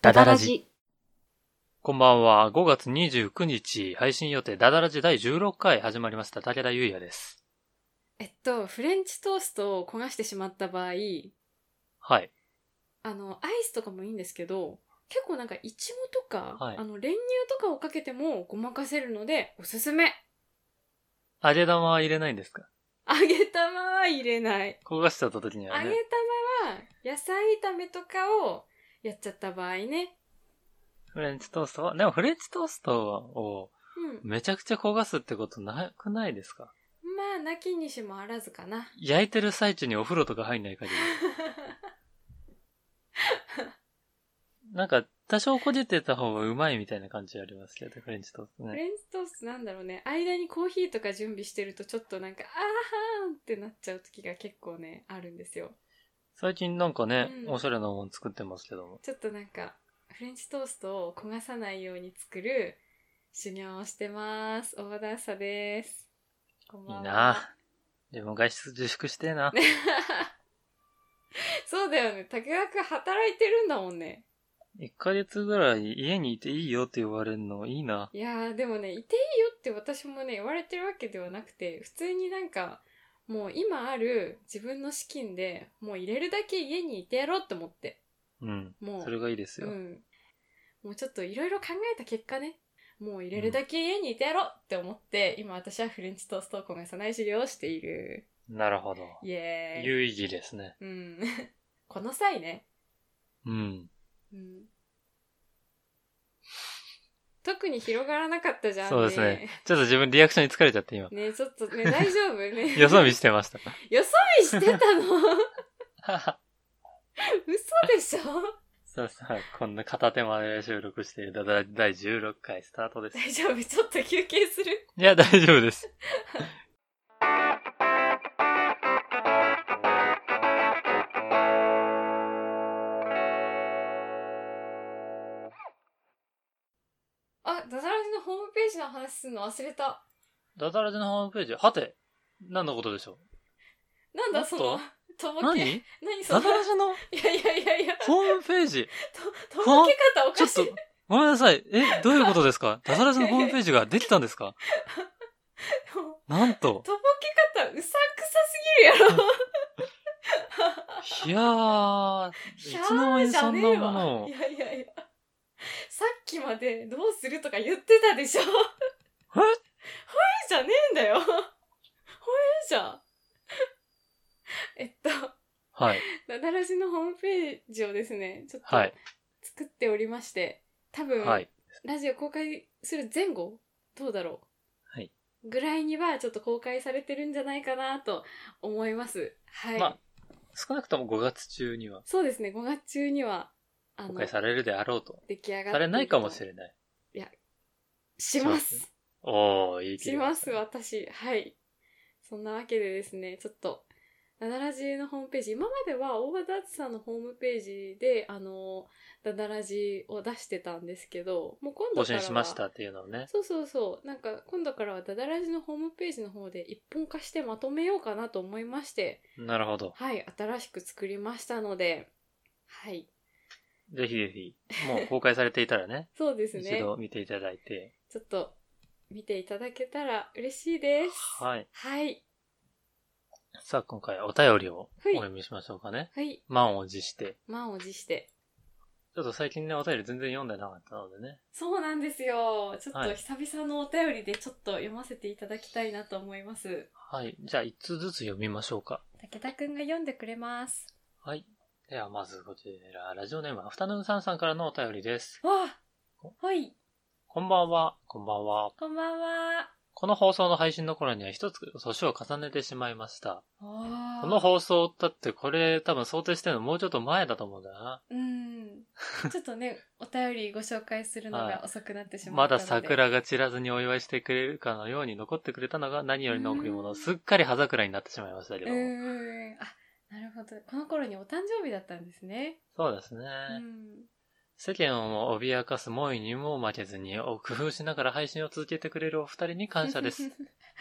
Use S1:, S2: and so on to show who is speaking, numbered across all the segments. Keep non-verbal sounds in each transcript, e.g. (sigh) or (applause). S1: ダダラジ。
S2: こんばんは。5月29日、配信予定、ダダラジ第16回始まりました。武田優也です。
S3: えっと、フレンチトーストを焦がしてしまった場
S2: は
S3: 合、
S2: い。
S3: あの、アイスとかもいいんですけど、結構なんか、いちごとか、
S2: はい
S3: あの、練乳とかをかけてもごまかせるので、おすすめ
S2: 揚げ玉は入れないんですか
S3: 揚げ玉は入れない。
S2: 焦がしちゃった時に
S3: 揚げ
S2: は
S3: 玉
S2: ね。
S3: は、野菜炒めとかをやっちゃった場合ね。
S2: フレンチトーストは、でもフレンチトーストを
S3: うん。
S2: めちゃくちゃ焦がすってことなくないですか
S3: まあ、なきにしもあらずか
S2: (laughs)
S3: な。
S2: 焼いてる最中にお風呂とか入んない限り。なんか、多少焦げてた方がうまいみたいな感じありますけど、フレンチトースト
S3: フ
S2: ね。
S3: レンチトーストなんだろうね。間にコーヒーとか準備してると、ちょっとなんか、あーはーんってなっちゃう時が結構ね、あるんですよ。
S2: 最近なんかね、
S3: うん
S2: おしゃれなもん作ってますけども。
S3: ちょっとなんか、フレンチトーストを焦がさないように作る修行をしてます。オーダーサです。こんばん
S2: いい
S3: は。
S2: な自分外出自粛してえな。
S3: そうだよね。竹田くん働いてるんだもんね。
S2: 一ヶ月ぐらい家にいていいよって言われるのいいな。
S3: いやー、でもね、いていいよって私もね、言われてるわけではなくて、普通になんか、もう今ある自分の資金でもう入れるだけ家にいてやろうと思って。
S2: うん。
S3: もう。
S2: それがいいですよ。
S3: うん。もうちょっといろいろ考えた結果ね、もう入れるだけ家にいてやろうって思って、今私はフレンチトーストを焦がさない授業をしている。
S2: なるほど。
S3: イエーイ。
S2: 有意義ですね。
S3: うん。 (laughs) この際ね、
S2: うん。
S3: うん。特に広がらなかったじゃん、ね。
S2: そうですね。。ちょっと自分リアクションに疲れちゃって今。
S3: ねちょっとね、大丈夫
S2: (laughs)
S3: ね。
S2: よそ見してました。
S3: よそ見してたの (laughs) 嘘でしょ
S2: さあさあ、こんな片手間で収録しているダダラジ第16回スタートです。
S3: 大丈夫、ちょっと休憩する。
S2: いや、大丈夫です。
S3: あ、ダダラジのホームページの話するの忘れた。
S2: ダダラジのホームページ、はて、何のことでしょ
S3: なん
S2: も
S3: だ
S2: っ
S3: そ
S2: と
S3: の、と
S2: う
S3: ぼけ。
S2: 何
S3: 何そ
S2: ダ
S3: の
S2: ダラジの
S3: いやいやいやいや、
S2: ホームページ、
S3: と、とぼけ方お
S2: ちょ
S3: か
S2: っ
S3: しい
S2: と。、ごめんなさい。え、どういうことですかダダラジのホームページができたんですか
S3: とぼ
S2: なんと。
S3: け方うさんくさすぎるやろ。
S2: いやー、いつの間にそんなものを
S3: い。やいやいや。さっきまでどうするとか言ってたでしょ。ほ
S2: え
S3: えじゃねえんだよ。ほえじゃん。えっと、
S2: はい。
S3: ダダラジのホームページをですね、ちょっと
S2: はい。
S3: 作っておりまして、多分、
S2: はい。
S3: ラジオ公開する前後どうだろう
S2: はい。
S3: ぐらいにはちょっと公開されてるんじゃないかなと思います。はい。
S2: まあ少なくとも5月中には
S3: そうですね、5月中には、あ
S2: 公
S3: の、
S2: 開されるであろうと。
S3: 出来上がって
S2: されないかもし
S3: ない。
S2: れない。
S3: します。
S2: おー、いい気
S3: します、私。はい。そんなわけでですね、ちょっと、ダダラジのホームページ、今までは大和田敦さんのホームページで、あの、ダダラジを出してたんですけど、もう今
S2: 募
S3: 度から
S2: 集
S3: は
S2: しましたっていうのをね。
S3: そうそうそう。なんか、今度からはダダラジのホームページの方で一本化してまとめようかなと思いまして、
S2: なるほど。
S3: はい、新しく作りましたので、はい。、
S2: ぜひぜひ、もう公開されていたらね
S3: そう (laughs) です
S2: 一
S3: ね。
S2: 度見ていただいて。
S3: ちょっと、見ていただけたら嬉しいです。
S2: はい。
S3: はい。
S2: さあ、今回お便りを
S3: はい
S2: お読みしましょうかね。
S3: はい。
S2: 満を持して。
S3: 満を持して。
S2: ちょっと最近ね、お便り全然読んでなかったのでね。
S3: そうなんですよ。ちょっ
S2: は
S3: と
S2: い
S3: 久々のお便りでちょっと読ませていただきたいなと思います。
S2: はい。じゃあ、一通ずつ読みましょうか。
S3: 武田くんが読んでくれます。
S2: はい。では、まずこちら、ラジオネームアフタヌーンさんさんからのお便りです。
S3: わあはい。
S2: こんばんは。こんばんは。
S3: こんばんは。
S2: この放送の配信の頃には一つ年を重ねてしまいました。こ
S3: こ
S2: の放送だってこれ多分想定してるのもうちょっと前だと思うんだよな。
S3: うん。ちょっ
S2: (laughs)
S3: とね、お便りご紹介するの
S2: はい
S3: が遅くなってしま
S2: ま
S3: ったの
S2: だ
S3: で、
S2: 桜が散らずにお祝いしてくれるかのように残ってくれたのが何よりの贈り物。すっかり葉桜になってしまいましたけ
S3: う
S2: ど。
S3: ーん。あ、なるほど。この頃にお誕生日だったんですね。
S2: そうですね。
S3: うん。。
S2: 世間を脅かす猛威にも負けずに、工夫しながら配信を続けてくれるお二人に感謝です。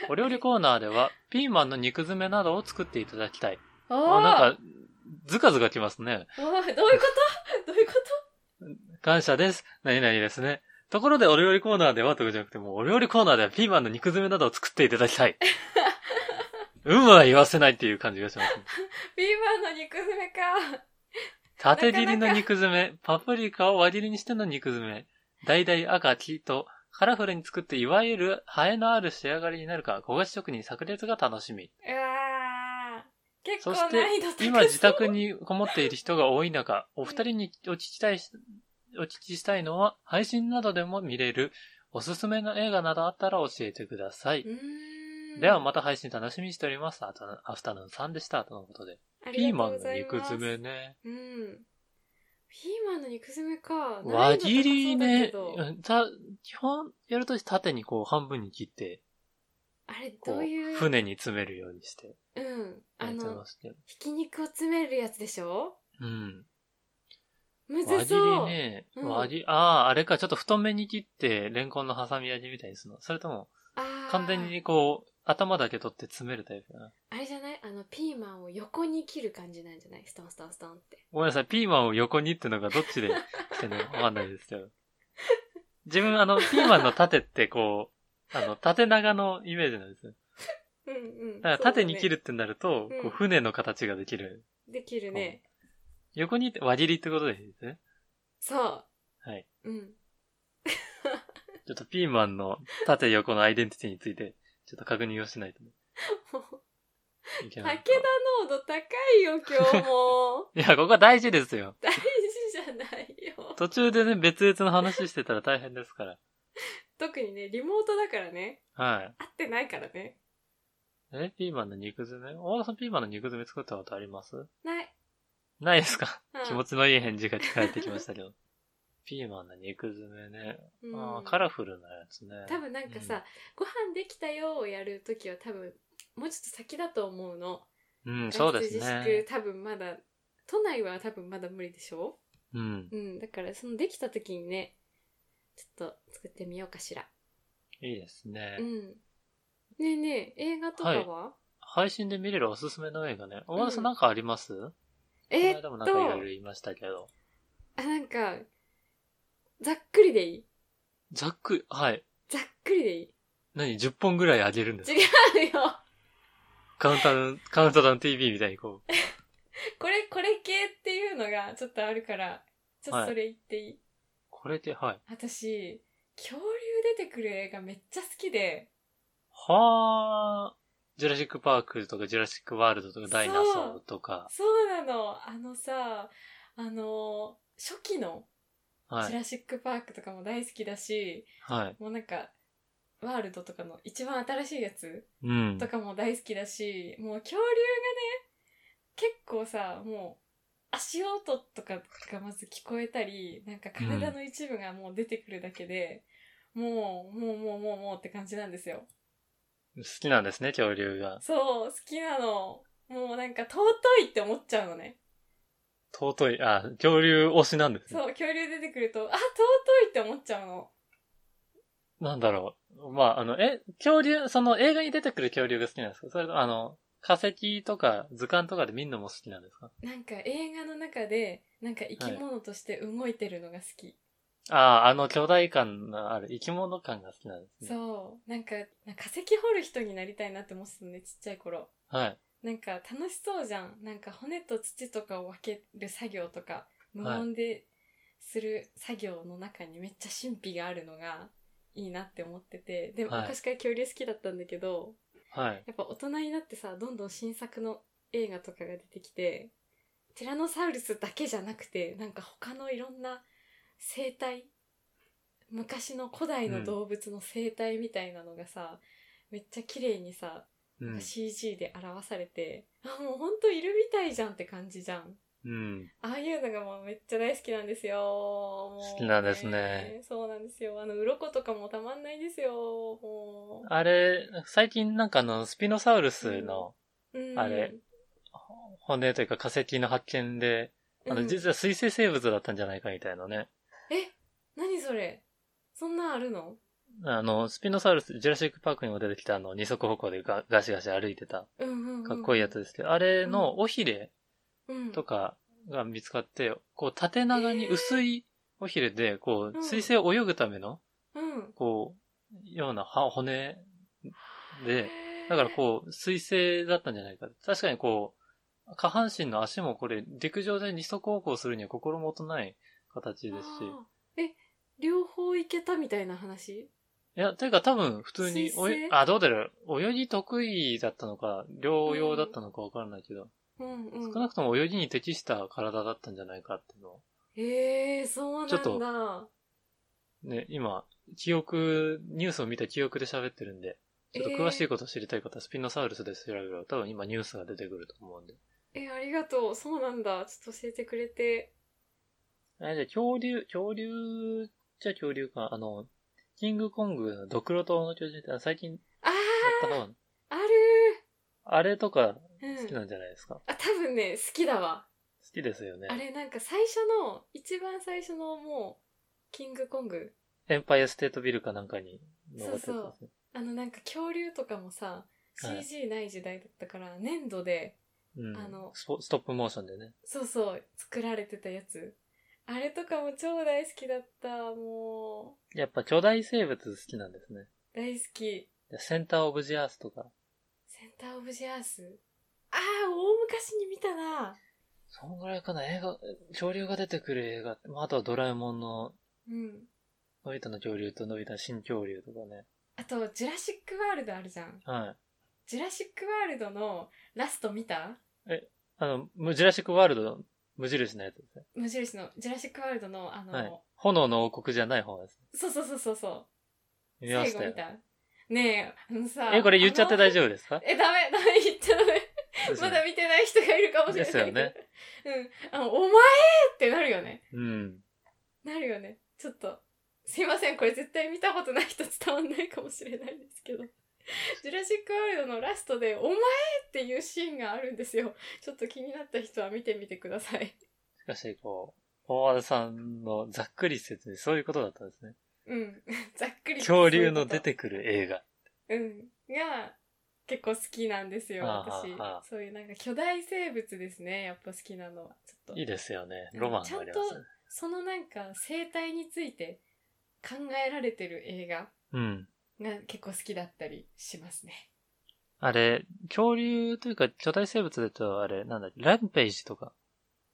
S2: お料理コーナーでは、ピーマンの肉詰めなどを作っていただきたい。
S3: (laughs) おー
S2: あなんか、ずかずかきますね。
S3: (laughs) おーどういうことどういうこ
S2: 感謝です。何々ですね。ところでお料理コーナーではとかじゃなくて、もうお料理コーナーではピーマンの肉詰めなどを作っていただきたい。うんは言わせないっていう感じがしますね。
S3: ピーマンの肉詰めか。
S2: 縦切りの肉詰め、パプリカを輪切りにしての肉詰め、橙赤黄とカラフルに作っていわゆるハエのある仕上がりになるか、焦がし職人炸裂が楽しみ。
S3: うわー結
S2: そ
S3: 構
S2: して
S3: 難易度高そう
S2: 今自宅にこもっている人が多い中、お二人にお聞きしたい、お聞きしたいのは、配信などでも見れる、おすすめの映画などあったら教えてください。
S3: うーん
S2: ではまた配信楽しみにしております。あとアフタヌーンさんでした。とのことで。
S3: あ
S2: ピ
S3: り
S2: ー
S3: が
S2: マ
S3: とう
S2: ン
S3: ござ
S2: の
S3: い
S2: 肉
S3: ます
S2: 詰めね。
S3: うん。ピーマンの肉詰めか。
S2: 輪切り
S3: 難易
S2: ね
S3: 度高そうだけど。
S2: た基本、やるとして縦にこう半分に切って、
S3: あれ、
S2: こ
S3: どういう。
S2: 船に詰めるようにして、
S3: うん。
S2: や
S3: あ
S2: って
S3: の
S2: ま、すけど。
S3: ひき肉を詰めるやつでしょ
S2: うん。輪
S3: むず
S2: 切り
S3: そう。
S2: ね。
S3: うん
S2: 輪切り、ああ、あれか、ちょっと太めに切って、レンコンのハサミ味みたいにするのそれとも、
S3: あー
S2: 完全にこう、頭だけ取って詰めるタイプかな。
S3: あれじゃないあの、ピーマンを横に切る感じなんじゃないストンストンストンって。
S2: ごめんなさい、ピーマンを横にってのがどっちで (laughs) 来てるのかわかんないですけど。自分、あの、ピーマンの縦ってこう、あの、縦長のイメージなんですよ。
S3: うんうん。
S2: だから縦に切るってなると、
S3: うん
S2: こう船の形ができる。
S3: そうだね。できるね。
S2: 横にって輪切りってことでいいですね。
S3: そう。
S2: はい。
S3: うん。
S2: ちょっとピーマンの縦横のアイデンティティについて、ちょっと確認をしないと
S3: もう
S2: いけ
S3: 武
S2: な
S3: 田
S2: い。
S3: 濃度高いよ、今日
S2: (laughs)
S3: も。
S2: いや、ここは大事ですよ。
S3: 大事じゃないよ。
S2: 途中でね、別々の話してたら大変ですから。
S3: 特にね、リモートだからね。
S2: はい。
S3: 会ってないからね。
S2: え、ピーマンの肉詰め大田さんピーマンの肉詰め作ったことあります
S3: ない。
S2: ないですか、
S3: うん
S2: 気持ちのいい返事が返ってきました
S3: (laughs)
S2: けど。ピーマンの肉詰めね。
S3: うん
S2: ああ、カラフルなやつね。
S3: 多分なんかさ、ご飯できたよをやるときは多分、もうちょっと先だと思うの。
S2: うん、そうです
S3: 外出自
S2: ね。
S3: 粛多分まだ、都内は多分まだ無理でしょ
S2: うん。
S3: うん、だからそのできたときにね、ちょっと作ってみようかしら。
S2: いいですね。
S3: うん。ねえねえ、映画とかは、
S2: 配信で見れるおすすめの映画ね。大田さんなんかあります、
S3: え
S2: この
S3: ー
S2: 間も
S3: っ
S2: なんかいろいろ
S3: と、
S2: 言いましたけど。
S3: あ、なんか、ざっくりでいい
S2: ざっくり、はい。
S3: ざっくりでいい
S2: 何 ?10 本ぐらいあげるんですか
S3: 違うよ (laughs)
S2: カウントダウン、カウントダウン TV みたいにこう。
S3: これ、これ系っていうのがちょっとあるから、ちょっとそれ言っていい
S2: これで、はい。
S3: 私、恐竜出てくる映画めっちゃ好きで。
S2: はあ。ジュラシックパークとか、ジュラシックワールドとか、ダイナソーとか。
S3: そうなの。あのさ、あの、初期の
S2: は
S3: ジュ
S2: い。
S3: ラシックパークとかも大好きだし、
S2: はい。
S3: もうなんか、ワールドとかの一番新しいやつ
S2: うん
S3: と。かも大好きだし、もう恐竜がね、結構さ、もう、足音とかがまず聞こえたり、なんか体の一部がもう出てくるだけで、もう、もうもうもうもうって感じなんですよ。
S2: 好きなんですね、恐竜が。
S3: そう、好きなの。もうなんか尊いって思っちゃうのね。
S2: 尊い、あ、恐竜推しなんですね。
S3: そう、恐竜出てくると、あ、尊いって思っちゃうの。
S2: なんだろう。まあ、あの、え、恐竜、その映画に出てくる恐竜が好きなんですかそれと、あの、化石とか図鑑とかで見るのも好きなんですか
S3: なんか映画の中で、なんか生き物として動いてるのが好き。
S2: ああ、あの巨大感のある生き物感が好きなんですね。
S3: そう、なんか、なんか化石掘る人になりたいなって思ってたのね、ちっちゃい頃。
S2: はい。
S3: なんか楽しそうじゃん。なんか骨と土とかを分ける作業とか、無音でする作業の中にめっちゃ神秘があるのがいいなって思ってて。でも
S2: はい
S3: 昔から恐竜好きだったんだけど、
S2: はい。
S3: やっぱ大人になってさ、どんどん新作の映画とかが出てきて、ティラノサウルスだけじゃなくて、なんか他のいろんな生態、昔の古代の動物の生態みたいなのがさ、めっちゃ綺麗にさ、
S2: うん。
S3: CG で表されて、あ、もうほんといるみたいじゃんって感じじゃん。
S2: うん。
S3: ああいうのがもうめっちゃ大好きなんですよ。もう
S2: 好きなんですね。
S3: そうなんですよ。あの、鱗とかもたまんないですよ。も
S2: あれ、最近なんかあの、スピノサウルスの
S3: う。うん
S2: あれ、骨というか化石の発見で、あ
S3: う
S2: の、
S3: ん
S2: 実は水生生物だったんじゃないかみたいなね。
S3: え何それそんなんあるの
S2: あの、スピノサウルス、ジュラシックパークにも出てきたあの、二足歩行でガガシガシ歩いてた、
S3: うんうん、うん、
S2: かっこいいやつですけど、あれの尾ひれ
S3: うん
S2: とかが見つかって、こう、縦長に薄い尾ひれで、こ
S3: う
S2: う、
S3: ん
S2: 水星を泳ぐための、
S3: うん。
S2: こう、ようなは骨で、
S3: へー
S2: だからこう、水星だったんじゃないか。確かにこう、下半身の足もこれ、陸上で二足歩行するには心もとない形ですし。
S3: あーえ、両方いけたみたいな話
S2: いや、ていうか多分普通に
S3: 水
S2: お
S3: 星
S2: い、あ、どうだろう。泳ぎ得意だったのか、療養だったのかわからないけど、
S3: うんうん。
S2: 少なくとも泳ぎに適した体だったんじゃないかっていうのを、
S3: えー、そうなんだ。
S2: ちょっとね、今、記憶、ニュースを見た記憶で喋ってるんで、ちょっと詳しいこと知りたい方、スピノサウルスで調べれば、多分今ニュースが出てくると思うんで。
S3: え、ありがとう。そうなんだ。ちょっと教えてくれて。
S2: あじゃあ恐竜、恐竜じゃ恐竜か、あの、キングコングのドクロ島の巨人ってあの最近や
S3: あー
S2: った方の、
S3: ある
S2: あれとか
S3: ー
S2: 好き
S3: うん。
S2: なんじゃないですか。
S3: あ、多分ね、好きだわ。
S2: 好きですよね。
S3: あれなんか最初の、一番最初のもう、キングコング。
S2: エンパイアステートビルかなんかに登ってたやつですね
S3: あのなんか恐竜とかもさ、
S2: はい
S3: CG ない時代だったから、粘土で、
S2: うん
S3: あの
S2: スポストップモーションでね。
S3: そうそう、作られてたやつ。あれとかも超大好きだった。も
S2: やっぱ巨大生物好きなんですね。
S3: う、大好き。
S2: センターオブジアースとか。
S3: センターオブジアース。ああ、大昔に見たな。
S2: そんぐらいかな、映画、恐竜が出てくる映画。まあ、あとはドラえもんの、
S3: うん。
S2: のび太の恐竜とのび太の新恐竜とかね。
S3: あと、ジュラシックワールドあるじゃん。
S2: はい。
S3: ジュラシックワールドのラスト見た
S2: あの、無ジュラシックワールドの無印のやつですね。
S3: 無印の、ジュラシックワールドの、あの、
S2: はい炎の王国じゃない方です。
S3: そうそうそうそうそう。
S2: 見ました
S3: 最後
S2: よ
S3: 見。たねえ、あのさ。
S2: え、これ言っちゃって
S3: だ
S2: 大丈夫です
S3: (laughs)
S2: か
S3: え、ダメ、ダメ、言っちゃダメ。
S2: です
S3: ま
S2: よ
S3: だ
S2: ね
S3: 見てない人がいるかもしれないけど。
S2: で
S3: うん。あの、お前ってなるよね。
S2: うん。
S3: なるよね。ちょっと。すいません、これ絶対見たことない人伝わんないかもしれないですけど。 (laughs) ジュラシックワールドのラストで、お前っていうシーンがあるんですよ。ちょっと気になった人は見てみてください。
S2: しかし、こう、大和田さんのざっくり説にそういうことだったんですね。
S3: うん。 (laughs) ざっくり。
S2: 恐竜の出
S3: そういう
S2: てくる映画。
S3: こと。うん。が、結構好きなんですよ、
S2: ああ
S3: 私
S2: ああ。
S3: そういうなんか巨大生物ですね、やっぱ好きなのは。ちょっと
S2: い。いですよね。ロマンがありま
S3: ちゃ
S2: す
S3: ん
S2: ね
S3: と。そのなんか生態について考えられてる映画
S2: うん。
S3: が結構好きだったりしますね。
S2: あれ、恐竜というか巨大生物だとあれ、なんだっけ、ランページとか、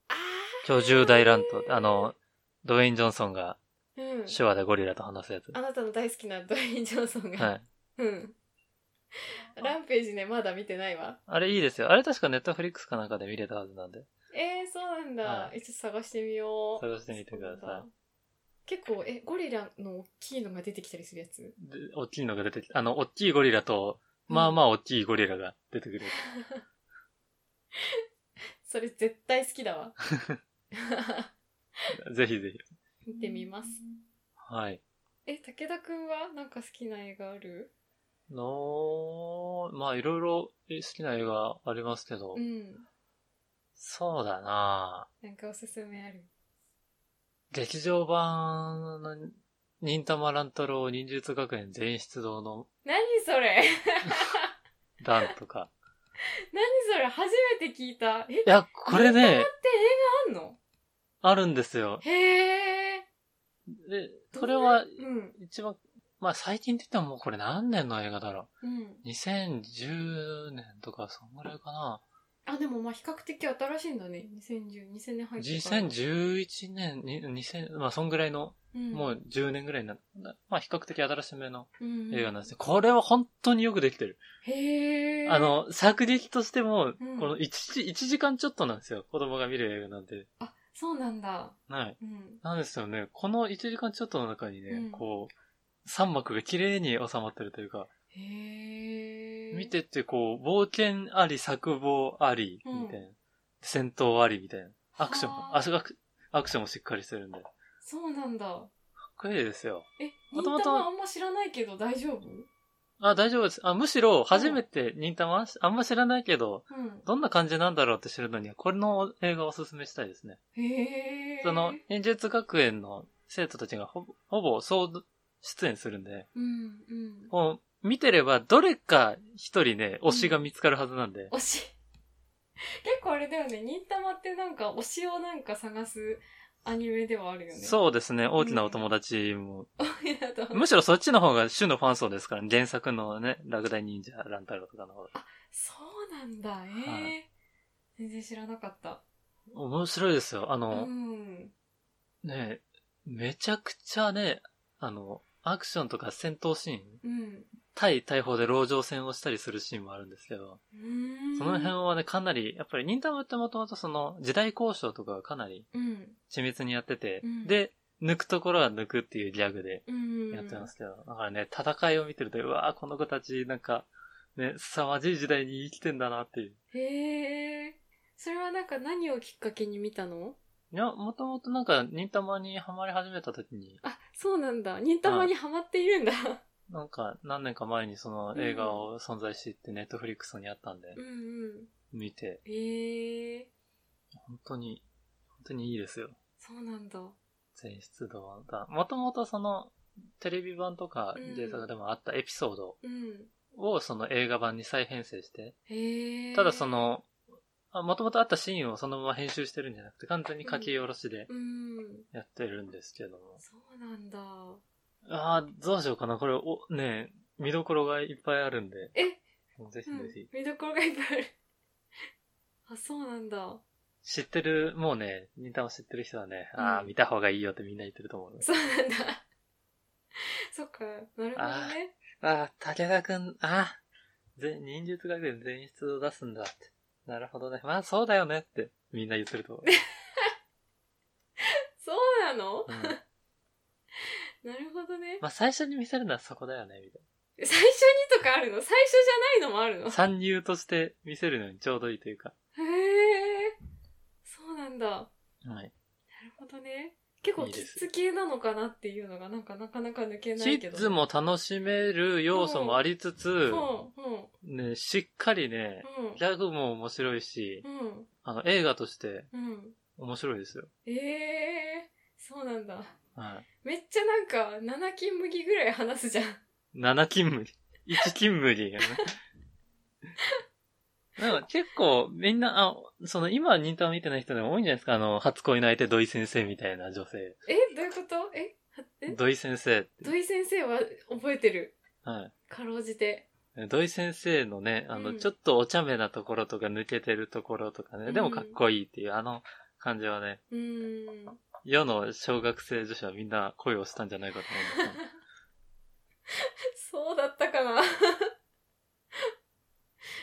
S3: あ
S2: 巨獣大乱闘、あの、ドウェイン・ジョンソンが
S3: あうん。
S2: 手話でゴリラと話すやつ。
S3: あなたの大好きなドウェイン・ジョンソンが。
S2: はい。
S3: うん。ランページね、まだ見てないわ。
S2: あれいいですよ。あれ確かネットフリックスかなんかで見れたはずなんで。
S3: えー、そうなんだ。
S2: はい
S3: えちょっと探してみよう。
S2: 探してみてください
S3: そうなんだ。結構、え、ゴリラの大きいのが出てきたりするやつ
S2: で大きいのが出てきあの、大きいゴリラと、まあまあ大きいゴリラが出てくる。
S3: それ絶対好き
S2: (laughs)
S3: だわ。
S2: ぜひぜひ。
S3: 見てみます。
S2: はい。
S3: え、武田くんはなんか好きな映画ある
S2: のー、まあいろいろえ好きな映画ありますけど、
S3: うん。
S2: そうだな
S3: なんかおすすめある
S2: 劇場版の忍たま乱太郎忍術学園全出動の
S3: 何それ (laughs)
S2: 乱とか。
S3: 何それ初めて聞いた。え、
S2: (laughs) いや、これね、
S3: あんの
S2: あるんですよ。
S3: へえ。
S2: で、これは
S3: うん。
S2: 一番、まあ最近って言ってももうこれ何年の映画だろ
S3: うん。
S2: う。2010年とかそんぐらいかな。
S3: あ、でもまあ比較的新しいんだね。2010、2000年入ってから。
S2: 2011年、に2000、まあそんぐらいの、
S3: うん、
S2: もう10年ぐらいになった。まあ比較的新しめの
S3: うん、
S2: 映画なんですね。これは本当によくできてる。
S3: へえ。
S2: あ、の、作劇としても、
S3: うん
S2: この 1, 1時間ちょっとなんですよ。子供が見る映画なんて。
S3: あ、そうなんだ。
S2: はい。
S3: うん。
S2: なんですよね。この1時間ちょっとの中にね、
S3: うん
S2: こう、3幕が綺麗に収まってるというか、
S3: へえ。
S2: 見てってこう、冒険あり、作望あり、みたいな。戦闘あり、みたいな。アクション
S3: は
S2: も、
S3: あ
S2: あそうアクアクションもしっかりしてるんで。かっ
S3: そうなんだ。
S2: こいいですよ。
S3: え、
S2: も
S3: 忍
S2: ともと
S3: たまあんま知らないけど大丈夫
S2: あ、大丈夫です。あ、むしろ、初めて、忍たま、あんま知らないけど、
S3: うん。
S2: どんな感じなんだろうって知るのには、これの映画をおすすめしたいですね。
S3: へえ。
S2: その、演術学園の生徒たちがほぼ、ほぼ総出演するんで、
S3: うん、うん。
S2: もう、見てれば、どれか一人ね、推しが見つかるはずなんで、
S3: 推し。結構あれだよね、忍たまってなんか推しをなんか探すアニメではあるよね。う。
S2: そうですね、大きなお友達も。
S3: だと
S2: むしろそっちの方が主のファン層ですから、ね、原作のね、落第忍者乱太郎とかの方が。
S3: そうなんだ、え
S2: は
S3: え全然知らなかった。
S2: 面白いですよ。あ
S3: う
S2: の、
S3: ん。
S2: ね、めちゃくちゃね、あの、アクションとか戦闘シーン、
S3: うん。
S2: 対大砲で籠城戦をしたりするシーンもあるんですけど、
S3: うーん
S2: その辺はね、かなり、やっぱり忍たまってもともとその時代交渉とかがかなり
S3: うん。
S2: 緻密にやってて、
S3: うん
S2: で、抜くところは抜くっていうギャグで
S3: うん。
S2: やってますけど、だからね、戦いを見てると、うわぁ、この子たち、なんか、ね、凄まじい時代に生きてんだなっていう。
S3: へえ。それはなんか何をきっかけに見たの
S2: いや、もともとなんか、忍たまにハマり始めた時に、
S3: あ、そうなんだ。忍たまにハマっているんだ。
S2: なんか、何年か前にその映画を存在していって、ネットフリックスにあったんで、
S3: うんうん。
S2: 見て、
S3: へえ。
S2: 本当に、本当にいいですよ。
S3: そうなんだ。
S2: 全出動だ。もともとその、テレビ版とか
S3: うん
S2: データでもあったエピソード
S3: うん。
S2: をその映画版に再編成して、
S3: へえ。
S2: ただそ、の、もともとあったシーンをそのまま編集してるんじゃなくて、完全に書き下ろしで
S3: うん。
S2: やってるんですけども。
S3: そうなんだ。
S2: ああ、どうしようかな。これ、お、ねえ見どころがいっぱいあるんで、
S3: え、
S2: ぜひ
S3: うん
S2: ぜひ。
S3: 見どころがいっぱいある。あ、そうなんだ。
S2: 知ってる、もうね、忍たま知ってる人はね、ああ、
S3: うん
S2: 見た方がいいよってみんな言ってると思う。
S3: そうなんだ。そっか、なるほどね。
S2: ああ、武田くん、ああ、ぜ忍術学園全員出動出すんだって。なるほどね。まあそうだよねってみんな言ってると思う。
S3: そうな (laughs) の
S2: うん、
S3: なるほどね。
S2: まあ最初に見せるのはそこだよね、みたい
S3: 最初にとかあるの最初じゃないのもあるの
S2: な。参入として見せるのにちょうどいいというか。
S3: へえ、そうなんだ。な
S2: はい。
S3: るほどね。結構
S2: いい
S3: キ
S2: で
S3: ッ
S2: す
S3: ズ系なのかなっていうのがなんかなかなか抜けな
S2: キ
S3: いけど。
S2: ッズも楽しめる要素もありつ
S3: うん。
S2: つ
S3: う、ん。
S2: ね、しっかりね、
S3: うん。
S2: ギャグも面白いし
S3: う、ん。
S2: あの、映画として
S3: うん。
S2: 面白いですよ。
S3: ええそうなんだ。
S2: はい。
S3: めっちゃなんか、七金麦ぐらい話すじゃん。 (laughs)
S2: 7金無理。1金無理がね。 (laughs) なんか結構みんな、あ、その今忍耐を見てない人でも多いんじゃないですかあの、初恋の相手土井先生みたいな女性。
S3: えどういうことええ
S2: 土井先生って。
S3: 土井先生は覚えてる。
S2: は
S3: かろうじて。
S2: い。土井先生のね、あの、
S3: うん
S2: ちょっとお茶目なところとか抜けてるところとかね、でもかっこいいっていうあの感じはね、
S3: うーん。
S2: 世の小学生女子はみんな恋をしたんじゃないかと思いますね。
S3: そうだったかな。 (laughs)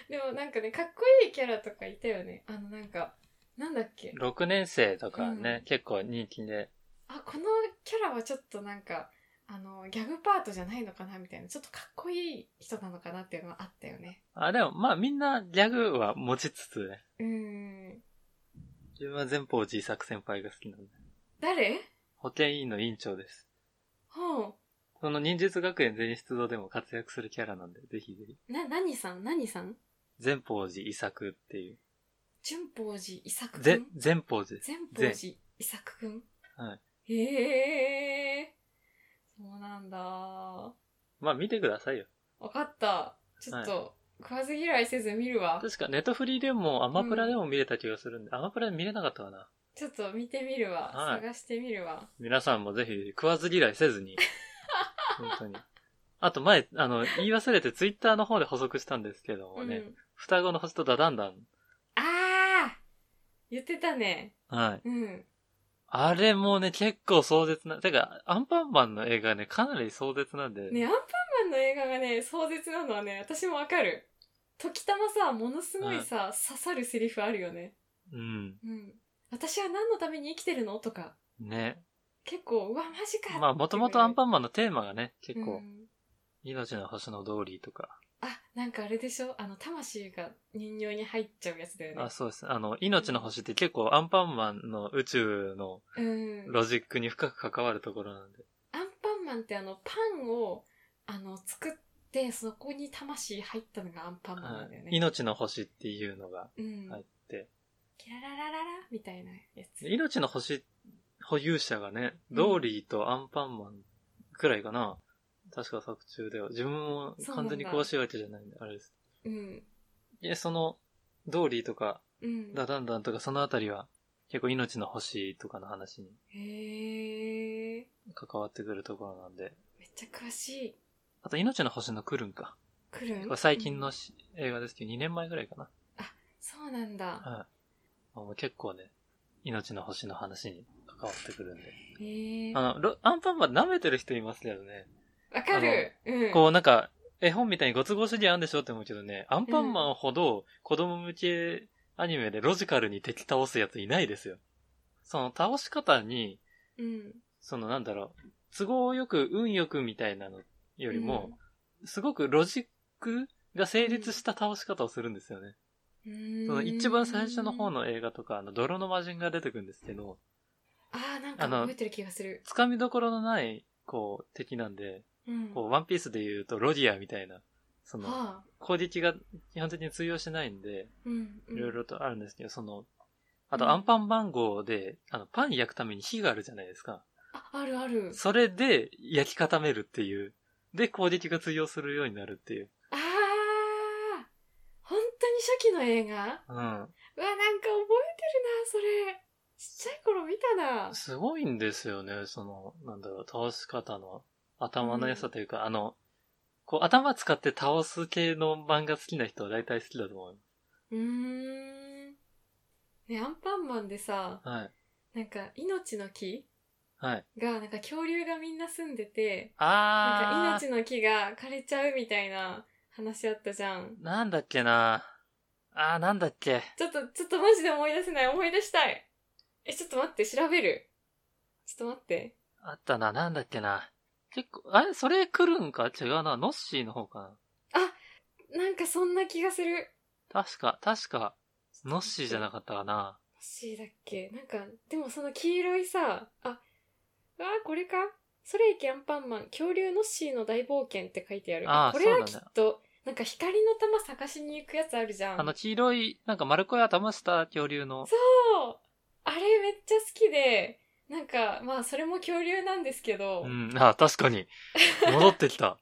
S3: でもなんかね、かっこいいキャラとかいたよね。あのなんか、なんだっけ。
S2: 6年生とかね、
S3: うん
S2: 結構人気で、
S3: あ、このキャラはちょっとなんか、あの、ギャグパートじゃないのかなみたいな、ちょっとかっこいい人なのかなっていうのはあったよね。
S2: あ、でもまあみんなギャグは持ちつつね、
S3: うーん。
S2: 自分は前方小さく先輩が好きなんで。
S3: 誰
S2: 保健委員の委員長です。
S3: ほ
S2: その忍術学園全員出動でも活躍するキャラなんで、ぜひぜひ。
S3: う。な、何さん何さん
S2: 前方寺伊作っていう。
S3: 純宝寺伊作くん
S2: ぜ、前方寺です。
S3: 全宝寺伊作くん
S2: はい。
S3: へえー。そうなんだ。わ
S2: まあ見てくださいよ。
S3: かった。ちょっと、食わず嫌いせず見るわ。
S2: 確かネットフリーでもアマプラでも見れた気がするんで、アマプラで見れなかったかな。
S3: ちょっと見てみるわ。
S2: はい
S3: 探してみるわ。
S2: 皆さんもぜひ食わず嫌いせず
S3: (laughs)
S2: に。本当に。あと前、あの、言い忘れてツイッターの方で補足したんですけどもね、
S3: うん。
S2: 双子の星とダダンダン。
S3: あー言ってたね。
S2: はい。
S3: うん。
S2: あれもね、結構壮絶な、てか、アンパンマンの映画ね、かなり壮絶なんで。
S3: ね、アンパンマンの映画がね、壮絶なのはね、私もわかる。時たまさ、ものすごいさ、刺さるセリフあるよね。
S2: うん。
S3: うん。私は何のために生きてるのとか。
S2: ね。
S3: 結構、うわ、マジか
S2: まあ、もともとアン
S3: ン
S2: パンマンのテーマがね、結構、
S3: ん、
S2: 命の星の通りとか、
S3: あ、なんかあれでしょあの、魂が人形に入っちゃうやつだよね
S2: あ、。そうです。あの、命の星って結構アンパンマンの宇宙の
S3: うん。
S2: ロジックに深く関わるところなんで。
S3: アンパンマンってあの、パンを、あの、作って、そこに魂入ったのがアンパンマンなんだよ
S2: うん
S3: ね。
S2: 命の星っていうのが
S3: うん。
S2: 入って、
S3: キラララララみたいなやつ。
S2: で命の星保有者がね、
S3: うん
S2: ドーリーとアンパンマンくらいかな。確か作中では。自分も完全に詳しいわけじゃないんで、あれです。
S3: うん。
S2: いや、その、ドーリーとか、
S3: うん。
S2: ダダンダンとかそのあたりは、結構命の星とかの話に
S3: へえ。
S2: 関わってくるところなんで。
S3: めっちゃ詳しい。
S2: あと命の星のクルンか。
S3: くる
S2: これ最近のし映画ですけど、2年前ぐらいかな。
S3: そうなんだ。
S2: はい。もう結構ね、命の星の話に関わってくるんで。
S3: へえ。
S2: あ
S3: わ
S2: の、ロアンパンマン舐めてる人いますけどね。
S3: かる。う
S2: (laughs)
S3: ん。
S2: こうなんか、絵本みたいにご都合主義あんでしょって思うけどね、アンパンマンほど子供向けアニメでロジカルに敵倒すやついないですよ。その倒し方に、
S3: うん。
S2: そのなんだろう、都合よく運よくみたいなのよりも、すごくロジックが成立した倒し方をするんですよね。
S3: うーん、
S2: その一番最初の方
S3: の。
S2: の映画とか、あの、泥の魔人が出てくるんですけど、
S3: ああ、なんか
S2: あの
S3: 覚えてる気がする。
S2: つかみどころのない、こう、敵なんで、
S3: うん。
S2: こう、ワンピースで言うとロディアみたいな、その、
S3: はあ。
S2: 攻撃が基本的に通用しないんで、
S3: うん。うん
S2: いろい。ろとあるんですけど、その、あ
S3: う
S2: と
S3: ん
S2: アンパン番号で、あの、パン焼くために火があるじゃないですか。
S3: あ、あるある。
S2: それで焼き固めるっていう。で、攻撃が通用するようになるっていう。
S3: ああ本当に初期の映画うわ、なん
S2: う
S3: か
S2: ん。
S3: 覚えてるな、それ。ちっちゃい頃見たな。
S2: すごいんですよね、その、なんだろう、倒し方の頭の良さというか、あの、こう、頭使って倒す系の漫画好きな人は大体好きだと思う。
S3: うーん。ね、アンパンマンでさ、
S2: はい。
S3: なんか、命の木
S2: はい。
S3: が、なんか恐竜がみんな住んでて、な
S2: あ
S3: んか
S2: ー、
S3: 命の木が枯れちゃうみたいな話あったじゃん。
S2: なんだっけなあー、なんだっけ。
S3: ちょっと、ちょっとマジで思い出せない。思い出したい。え、ちょっと待って、調べる。ちょっと待って。
S2: あったな、なんだっけな。結構、あれ、それ来るんか違うな、ノッシーの方か
S3: なんかそんな気がする。
S2: な。確か、確か、ノッシーじゃなかったかな。
S3: C だっけなんか、でもその黄色いさ、あ、あー、これかソレイケアンパンマン、恐竜の C の大冒険って書いてある。
S2: あー
S3: これ
S2: そう
S3: は
S2: だ
S3: き
S2: ね
S3: っと、なんか光の玉探しに行くやつあるじゃん。
S2: あの、黄色い、なんか丸っこい頭した恐竜の、
S3: そうあれめっちゃ好きで、なんか、まあそれも恐竜なんですけど、
S2: うん、あー、確かに。戻ってきた。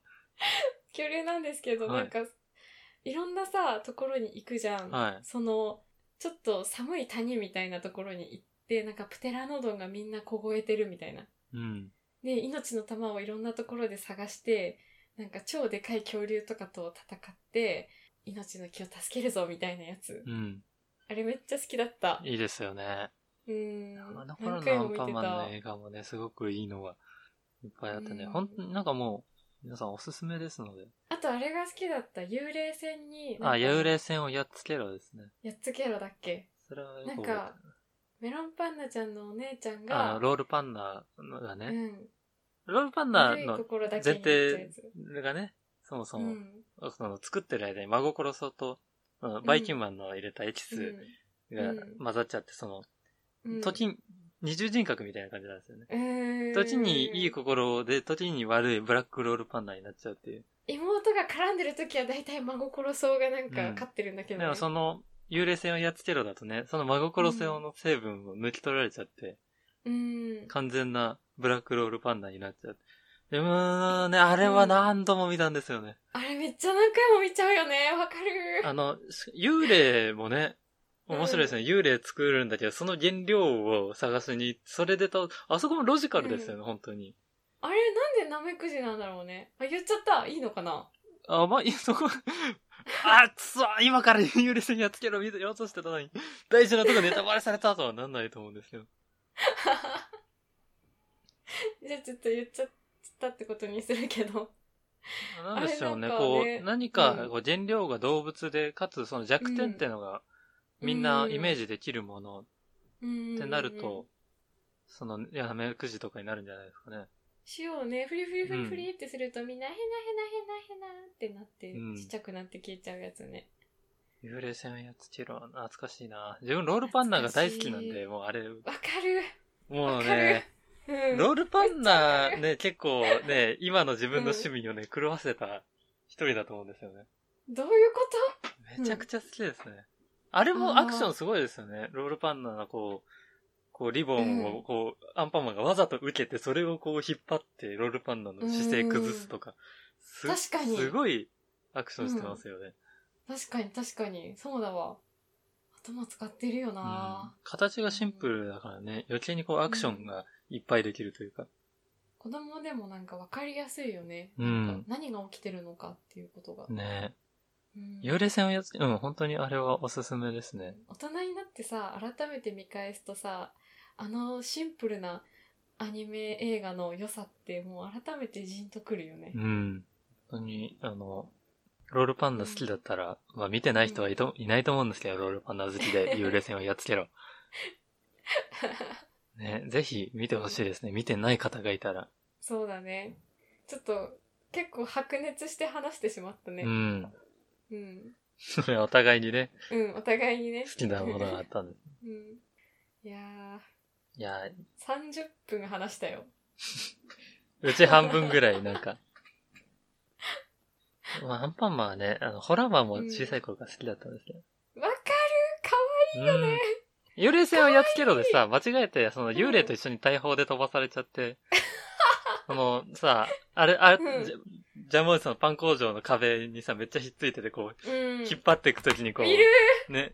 S3: 恐竜なんですけど、
S2: はい
S3: なんか、いろんなさ、ところに行くじゃん。
S2: はい。
S3: その、ちょっと寒い谷みたいなところに行って、なんかプテラノドンがみんな凍えてるみたいな。
S2: うん。
S3: で、命の玉をいろんなところで探して、なんか超でかい恐竜とかと戦って、命の木を助けるぞみたいなやつ。
S2: うん。
S3: あれめっちゃ好きだった。
S2: いいですよね。
S3: うーん。
S2: あの頃
S3: 何
S2: の
S3: 回
S2: ア
S3: も
S2: ン
S3: 見
S2: パ
S3: て
S2: ンマンの
S3: た。
S2: 映画もね、すごくいいのがいっぱいあってね、
S3: うん
S2: 本当になんかもう、皆さんおすすめですので。
S3: あとあれが好きだった。幽霊船に、
S2: あ、幽
S3: や
S2: 霊船をやっつけろですね。
S3: っつけろだっけ
S2: それはよく
S3: なん
S2: 覚えてる
S3: か、メロンパンナちゃんのお姉ちゃん
S2: あの、
S3: が、
S2: ロールパンナーが
S3: う
S2: ね、
S3: ん。
S2: ロールパンナ
S3: 悪
S2: ー
S3: い
S2: の
S3: 心だけ
S2: 前
S3: になっちゃうや
S2: 提
S3: つ。
S2: がね、そもそうも、
S3: ん。
S2: その作ってる間に真心そと、あのバイキンマンの入れたエキスが
S3: うん
S2: 混ざっちゃって、その、
S3: うん。
S2: 時、二重人格みたいな感じなんですよね。
S3: うん、
S2: 時にいい心で、時に悪いブラックロールパンナーになっちゃうっていう。
S3: 妹が絡んでる時は大体真心そうがなん
S2: うん
S3: か勝ってるんだけど、ね
S2: でもその、幽霊船をやっつけろだとね、その真心性の成分を抜き取られちゃって、
S3: うん。
S2: 完全なブラックロールパンダになっちゃう。でもね、あれは何度も見たんですよね。
S3: あれめっちゃ何回も見ちゃうよね。わかる。
S2: あの、し幽霊もね、
S3: うん
S2: 面白いですね。幽霊作るんだけど、その原料を探しに、それでと、あそこもロジカルですよね、本当に。
S3: あれなんでナメクジなんだろうね。あ、言っちゃった。いいのかな
S2: あ、まあ、いやそこ、 (laughs) あ、くそ今から幽霊船やっつけろ、見ようとしてたのに、大事なとこネタバレされたとはなんないと思うんですけど。
S3: じゃあちょっと言っちゃったってことにするけど。
S2: なんでしょうね、
S3: あれなんか
S2: こ
S3: ね
S2: う、何か
S3: うん
S2: こう原料が動物で、かつその弱点ってのが、みんなイメージできるもの
S3: うん。
S2: ってなると、その、いや、メくじとかになるんじゃないですかね。
S3: しをね、フリフリフリフリってするとみんなヘナヘナヘナヘナってなって、
S2: うん
S3: ちっちゃくなって消えちゃうやつね。
S2: 幽霊船をやっつけろ、懐かしいな。自分ロールパンナーが大好きなん
S3: 懐かし
S2: で、もうあれ、
S3: わかる。
S2: もう
S3: わかる
S2: ね、
S3: うん。
S2: ロールパンナーね、結構ね、今の自分の趣味をね、狂わせた一人だと思うんですよね。
S3: どういうこ
S2: めちゃくちゃ好きですね。あれ
S3: あ
S2: も
S3: ー
S2: アクションすごいですよね。ロールパンナのこう、こうリボン
S3: う
S2: をこう、アンパンマンがわざと受けて、それをこう引っ張って、ロールパンナの姿勢崩すとか。す
S3: 確かに
S2: すごいアクションしてますよね。
S3: と確かに確かに。そうだわ。頭使ってるよ
S2: うん
S3: な、
S2: 形がシンプルだからね、余計にこうアクションがいっぱいできるというか。
S3: 子供でもなんか分かりやすいよね。
S2: うん
S3: なんか何が起きてるのかっていうことが。
S2: ね
S3: うん
S2: 幽霊船をやつ、うん、本当にあれはおすすめですね。
S3: 大人になってさ、改めて見返すとさ、あのシンプルなアニメ映画の良さってもう改めてジンとくるよね
S2: う。ん。本当に、あの、ロールパンダ好きだったら、まあ見てない人はいと、いないと思うんですけど、ロールパンダ好きで幽霊船をやっつけ (laughs) ろ。ね、ぜひ見てほしいですね。見てない方がいたら。
S3: そうだね。ちょっと結構白熱して話してしまったね
S2: う。ん。
S3: うん。
S2: それはお互いにね、
S3: うん、お互いにね
S2: 好。きなものがあったんです。
S3: (laughs) うん。いやー、
S2: いやー、
S3: 30分話したよ。
S2: うち半分ぐらい、なんか。まあ、アンパンマンはね、あの、ホラーマンも小さい頃から好きだったんですけど。
S3: わかるか
S2: うん。幽霊船をやっつけろでさ、間違えて、その幽霊と一緒に大砲で飛ばされちゃって、その、さ、あれ、あれ、
S3: うん
S2: ジャジャムおじさんのパン工場の壁にさ、めっちゃひっついてて、こう、
S3: わいい。
S2: 引っ張っていくときにこ
S3: いる
S2: う、ね、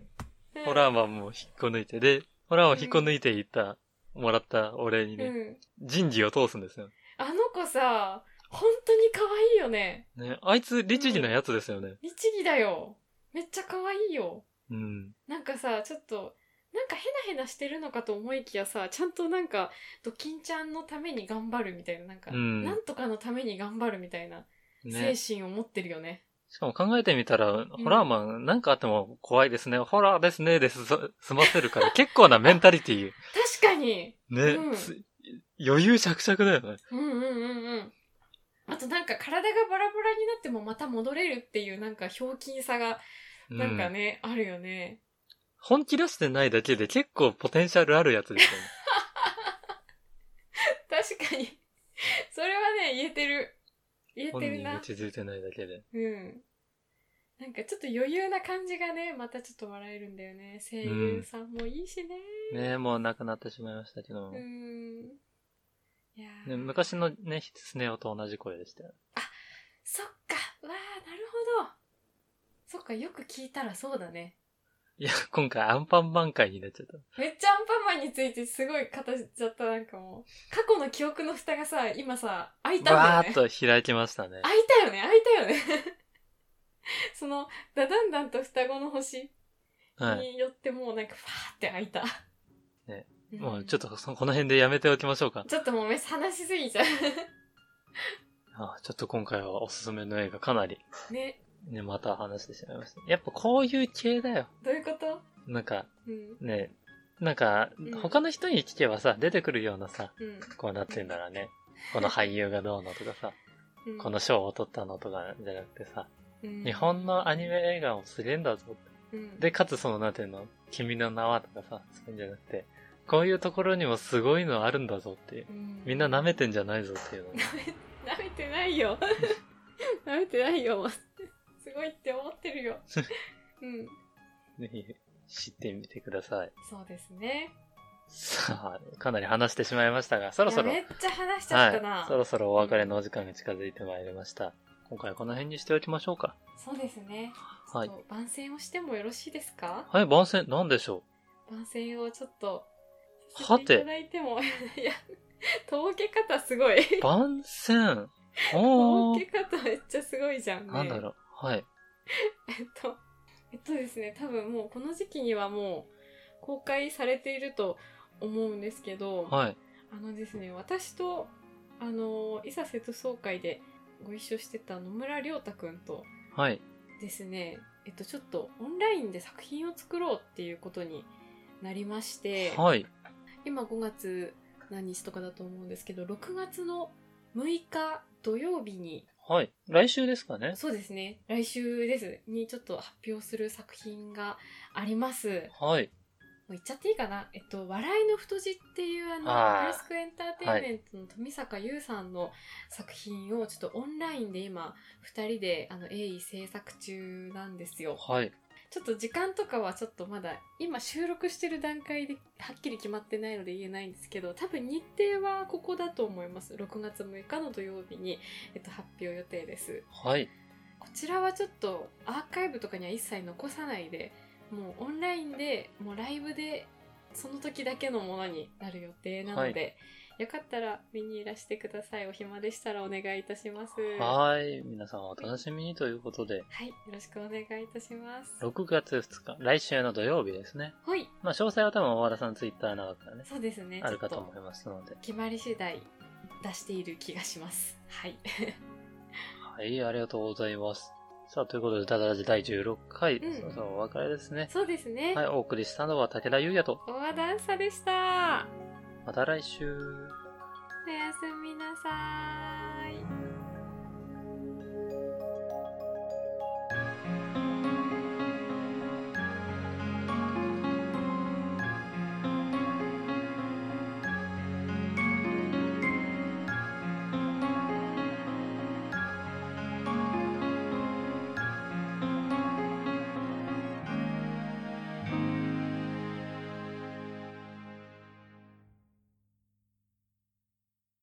S3: うん
S2: ホラーマンも引っこ抜いて、で、ホラーを引っこ抜いていった、もらったお礼に
S3: う
S2: ね、
S3: ん。
S2: 人事を通すんですよ。
S3: あの子さ、本当に可愛いよね。
S2: ね、あいつ、律儀なやつですよね。
S3: 律儀だよ。めっちゃ可愛いよ。
S2: うん。
S3: なんかさ、ちょっと、なんかヘナヘナしてるのかと思いきやさ、ちゃんとなんか、ドキンちゃんのために頑張るみたいな、なんか、
S2: うん
S3: なんとかのために頑張るみたいな精
S2: ね。
S3: 神を持ってるよね。
S2: しかも考えてみたら、ホラーマン、なんかあっても怖いですね。ホラーですね、です、そ済 (laughs) ませるから、結構なメンタリティー。
S3: 確かに
S2: ね、
S3: うん
S2: つ余裕しゃくしゃくだよね。
S3: うんうんうんうん。あとなんか体がバラバラになってもまた戻れるっていうなんかひょうきんさが
S2: う
S3: なんかね、あるよね。
S2: 本気出してないだけで結構ポテンシャルあるやつですよね。
S3: 確かに。それはね、言えてる。言え
S2: 本
S3: (laughs) て
S2: 人
S3: る
S2: に
S3: な。
S2: 気づいてないだけで。
S3: うん。なんかちょっと余裕な感じがね、またちょっと笑えるんだよね。声優さんもいいしね。
S2: ねもう亡くなってしまいましたけども。
S3: うん。
S2: ね、
S3: いやー
S2: 昔のね、スネ夫と同じ声でしたよ。
S3: そっか。わあ、なるほど。そっか、よく聞いたらそうだね。
S2: いや、今回アンパンマン会になっちゃった。
S3: めっちゃアンパンマンについてすごい語っちゃった、なんかもう。過去の記憶の蓋がさ、今さ、開いたんだよ
S2: わ
S3: ね
S2: ー。っと開きましたね。
S3: 開いたよね、開いたよね。 (laughs) その、ダダンダンと双子の星
S2: はい。
S3: によってもうなんかファーって開いた。
S2: ね
S3: うん
S2: もうちょっ。とそこの辺でやめておきましょうか。
S3: ちょっともうめ話しすぎちゃう。 (laughs)
S2: あちょっと今回はおすすめの映画かなり、
S3: ね、
S2: ね、また話してしまいました。やっぱこういう系だよ。
S3: どういうこと
S2: なんか、
S3: うん。
S2: ね、なんか
S3: うん、
S2: 他の人に聞けばさ、出てくるようなさ、
S3: うん
S2: こうなってんだろうね。この俳優がどうのとかさ、
S3: (laughs) うん。
S2: この賞を取ったのとかじゃなくてさ、
S3: うん、
S2: 日本のアニメ映画もすげえんだぞ。
S3: うん、
S2: で、かつその、なんていうの、君の名はとかさ、そういうんじゃなくて、こういうところにもすごいのあるんだぞっていう。
S3: うん、
S2: みんな舐めてんじゃないぞっていうの。
S3: (laughs) 舐めてな
S2: (laughs)
S3: いよ舐めてないよすごいって思ってる
S2: (laughs)
S3: ようん
S2: ぜひ、知ってみてください。
S3: そうですね
S2: さあ、かなり話してしまいましたが、そろそろ
S3: いや、めっちゃ話しちゃったな、
S2: はい、そろそろお別れのお時間が近づいてまいりました。今回はこの辺にしておきましょうか。
S3: そうですね
S2: はい
S3: ちょっと番宣をしてもよろしいですか
S2: はい、番宣、なんでしょ
S3: 番宣をちょっと
S2: はて
S3: させいただいてもいやとぼけ方すごいう
S2: 番
S3: (laughs)
S2: 宣
S3: と
S2: お
S3: ぼ
S2: ー
S3: け。方めっちゃすごいじゃんね
S2: なんだろう。はい。
S3: えっと、えっとですね、多分もうこの時期にはもう公開されていると思うんですけど、
S2: はい。
S3: あのですね、私と、あの、伊佐瀬戸総会でご一緒してた野村亮太くんと
S2: はい。
S3: ですね、えっと、ちょっとオンラインで作品を作ろうっていうことになりまして、
S2: はい。
S3: 今5月何日とかだと思うんですけど、6月の6日土曜日に
S2: はい。来週ですかね
S3: そうですね。来週です。にちょっと発表する作品があります。も
S2: はい。
S3: う言っちゃっていいかなえっと、笑いの太字っていうあの、
S2: あー
S3: ハイスクエンターテインメントの富坂優さんの作品をちょっとオンラインで今、二人であの、鋭意制作中なんですよ。
S2: はい。
S3: ちょっと時間とかはちょっとまだ、今収録してる段階ではっきり決まってないので言えないんですけど、多分日程はここだと思います。6月6日の土曜日に、えっと、発表予定です。
S2: はい。
S3: こちらはちょっとアーカイブとかには一切残さないで、もうオンラインでもうライブでその時だけのものになる予定なので、よかったら見にいらしてくださいお暇でしたらお願いいたしますは
S2: はい。皆さんお楽しみにということで、
S3: いよろしくお願いいたします
S2: 6月2日、来週の土曜日ですね。
S3: はい
S2: まあ、詳細は多分大和田さんツイッターなどからね、
S3: そうですね
S2: あるか
S3: ち
S2: と
S3: ょっ
S2: 思いますので。
S3: 決まり次第出している気がします
S2: (laughs)
S3: はい
S2: はい、ありがとうございます。さあ、ということで、ダダラジ第16回、
S3: うん
S2: そろそろお別れですね。
S3: そうですね、
S2: はい、お送りしたのは武田優也と、
S3: 大和ダンサでした
S2: また来週。
S3: おやすみなさーい